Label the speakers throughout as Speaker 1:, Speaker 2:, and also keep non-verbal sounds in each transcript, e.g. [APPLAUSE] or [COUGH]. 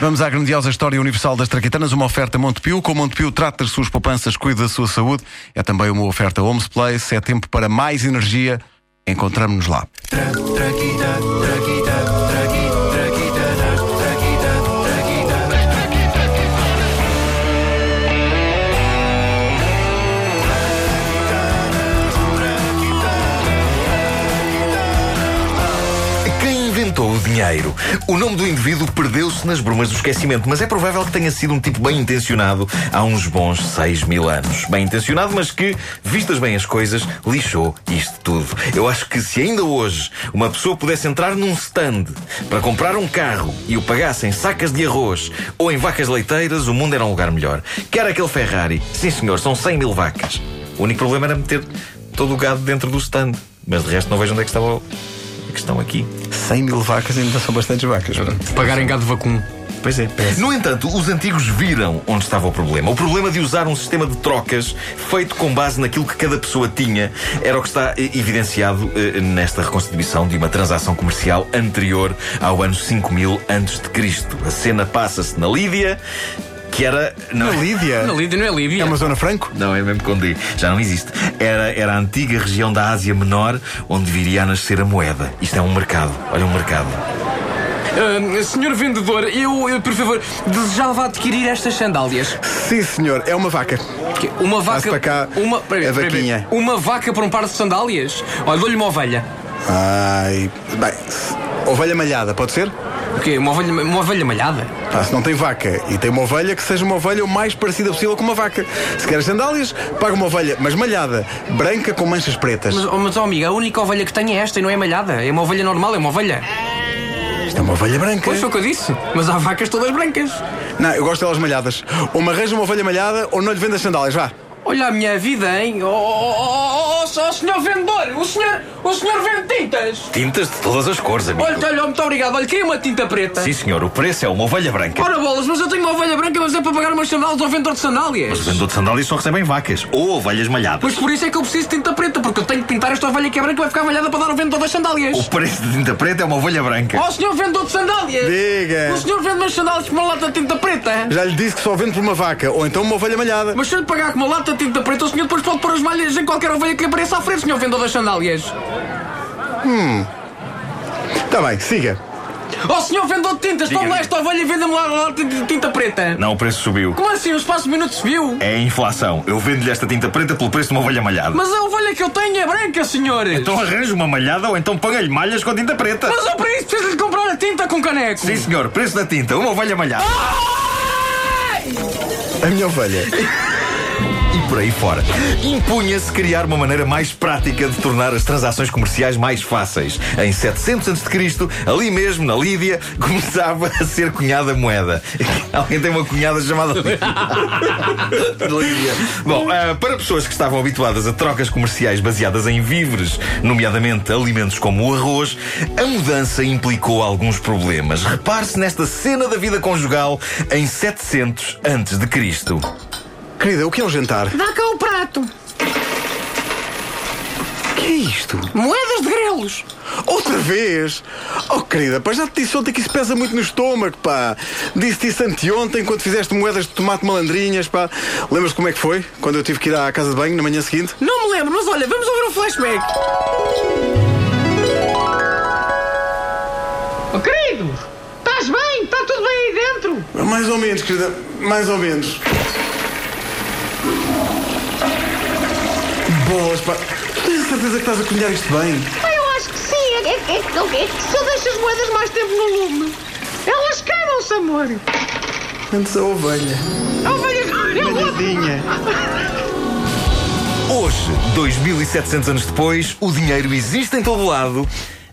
Speaker 1: Vamos à grandiosa história universal das traquitanas, uma oferta Montepio. Com Montepio, trata das suas poupanças, cuida da sua saúde. É também uma oferta Homes Place. É tempo para mais energia. Encontramos-nos lá.
Speaker 2: Quem inventou o dinheiro? O nome do indivíduo perdeu-se nas brumas do esquecimento, mas é provável que tenha sido um tipo bem intencionado há uns bons 6 mil anos. Bem intencionado, mas que, vistas bem as coisas, lixou isto tudo. Eu acho que se ainda hoje uma pessoa pudesse entrar num stand para comprar um carro e o pagasse em sacas de arroz ou em vacas leiteiras, o mundo era um lugar melhor. Quer aquele Ferrari? Sim, senhor, são 100 mil vacas. O único problema era meter todo o gado dentro do stand. Mas de resto não vejo onde é que estava o- a questão aqui.
Speaker 1: 100 mil vacas ainda são bastantes vacas. é?
Speaker 3: Pagar em gado vacum.
Speaker 2: Pois é. No entanto, os antigos viram onde estava o problema. O problema de usar um sistema de trocas feito com base naquilo que cada pessoa tinha era o que está eh, evidenciado eh, nesta reconstituição de uma transação comercial anterior ao ano 5000 a.C. A cena passa-se na Lídia, que era. Não,
Speaker 1: Lídia?
Speaker 3: Na Lídia não é Líbia.
Speaker 1: É uma zona franco?
Speaker 2: não, é mesmo com D. Já não existe. Era, era a antiga região da Ásia Menor onde viria a nascer a moeda. Isto é um mercado. Olha, um mercado.
Speaker 3: Ah, senhor vendedor, eu, eu, por favor, desejava adquirir estas sandálias.
Speaker 1: Sim, senhor. É uma vaca.
Speaker 3: Que- Uma vaca.
Speaker 1: para cá
Speaker 3: uma,
Speaker 1: a
Speaker 3: peraí,
Speaker 1: vaquinha.
Speaker 3: uma vaca por um par de sandálias? Olha, dou-lhe uma ovelha.
Speaker 1: Ai. Bem, ovelha malhada, pode ser?
Speaker 3: O quê? Uma ovelha, uma ovelha malhada?
Speaker 1: Pá, se não tem vaca e tem uma ovelha, que seja uma ovelha o mais parecida possível com uma vaca. Se queres sandálias, paga uma ovelha, mas malhada, branca com manchas pretas.
Speaker 3: Mas, oh, mas, oh, amiga, a única ovelha que tenho é esta e não é malhada. É uma ovelha normal, é uma ovelha.
Speaker 1: Isto é uma ovelha branca.
Speaker 3: Pois foi o que eu disse. Mas há vacas todas brancas.
Speaker 1: Não, eu gosto delas malhadas. Ou me arranja uma ovelha malhada ou não lhe vende as sandálias, vá.
Speaker 3: Olha a minha vida, hein? Oh, oh, oh, oh, oh, oh, senhor vendedor! O senhor, o senhor vende tintas!
Speaker 2: Tintas de todas as cores, amigo.
Speaker 3: Olha, olha, muito obrigado. Olha, queria uma tinta preta.
Speaker 2: Sim, senhor, o preço é uma ovelha branca.
Speaker 3: Ora bolas, mas eu tenho uma ovelha branca, mas é para pagar umas sandálias ao vendedor de
Speaker 2: Mas
Speaker 3: sandálias.
Speaker 2: o vendedor de sandálias só recebem vacas ou ovelhas malhadas.
Speaker 3: Mas por isso é que eu preciso de tinta preta, porque eu tenho que pintar esta ovelha que é branca vai ficar malhada para dar ao vendedor das sandálias.
Speaker 2: O preço de tinta preta é uma ovelha branca.
Speaker 3: Oh, senhor vendedor de sandálias!
Speaker 2: é.
Speaker 1: Diga.
Speaker 3: O senhor vende umas sandálias por uma lata de tinta preta?
Speaker 1: Já lhe disse que só vende por uma vaca ou então uma ovelha malhada.
Speaker 3: Mas se eu lhe pagar com uma lata de tinta preta, o senhor depois pode pôr as malhas em qualquer ovelha que lhe apareça à frente, senhor vendedor das sandálias.
Speaker 1: Está Tá bem, siga.
Speaker 3: Oh, senhor vendedor de tintas,
Speaker 2: Diga,
Speaker 3: tome lá
Speaker 2: diga.
Speaker 3: esta ovelha e venda-me lá a lata de tinta preta.
Speaker 2: Não, o preço subiu.
Speaker 3: Como assim? O espaço de minutos subiu?
Speaker 2: É a inflação. Eu vendo-lhe esta tinta preta pelo preço de uma ovelha malhada.
Speaker 3: Mas a ovelha que eu tenho é branca, senhores!
Speaker 2: Então arranja uma malhada ou então ponha-lhe malhas com tinta preta.
Speaker 3: Mas eu para isso preciso de comprar a tinta com caneco!
Speaker 2: Sim, senhor, preço da tinta, uma ovelha malhada.
Speaker 1: A minha ovelha.
Speaker 2: E por aí fora. Impunha-se criar uma maneira mais prática de tornar as transações comerciais mais fáceis. Em 700 a.C., ali mesmo, na Lídia, [LAUGHS] começava a ser cunhada a moeda. [LAUGHS] Alguém tem uma cunhada chamada Lídia. Lídia. Bom, ah, para pessoas que estavam habituadas a trocas comerciais baseadas em víveres, nomeadamente alimentos como o arroz, a mudança implicou alguns problemas. Repare-se nesta cena da vida conjugal em 700 antes de Cristo.
Speaker 1: Querida, o que é um jantar?
Speaker 3: Dá cá o prato!
Speaker 1: O que é isto?
Speaker 3: Moedas de grelos!
Speaker 1: Outra vez? Oh, querida, pá, já te disse ontem que isso pesa muito no estômago, pá. Disse-te isso anteontem quando fizeste moedas de tomate malandrinhas, pá. Lembras-te como é que foi? Quando eu tive que ir à casa de banho na manhã seguinte?
Speaker 3: Não me lembro, mas olha, vamos ouvir um flashback!
Speaker 4: Oh, querido, estás bem? Está tudo bem aí dentro?
Speaker 1: Mais ou menos, querida, mais ou menos. Bolas, pá. Tu tens a certeza que estás a cozinhar isto bem?
Speaker 4: Ah, eu acho que sim. É, é- é- é que se eu deixo as moedas mais tempo no lume, elas queimam-se, amor.
Speaker 1: Antes a ovelha.
Speaker 4: Ah, velha, é outra.
Speaker 1: Tadinha.
Speaker 2: Hoje, 2700 anos depois, o dinheiro existe em todo lado,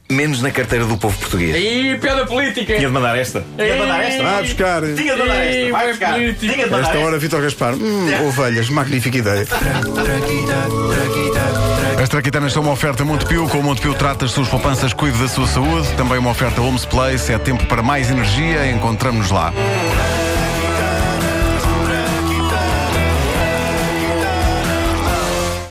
Speaker 2: menos na carteira do povo português.
Speaker 3: E piada política!
Speaker 2: Tinha de mandar esta. Tinha de mandar esta.
Speaker 1: Vai buscar.
Speaker 2: É. Tinha de mandar esta. Vai buscar. Tinha de mandar
Speaker 1: Esta
Speaker 2: esta.
Speaker 1: hora, Vitor Gaspar. Hum, ovelhas, magnífica ideia. As traquitanas são uma oferta Montepio. Com o Montepio trata as suas poupanças, cuida da sua saúde. Também uma oferta Homes Place. É tempo para mais energia. Encontramos-nos lá.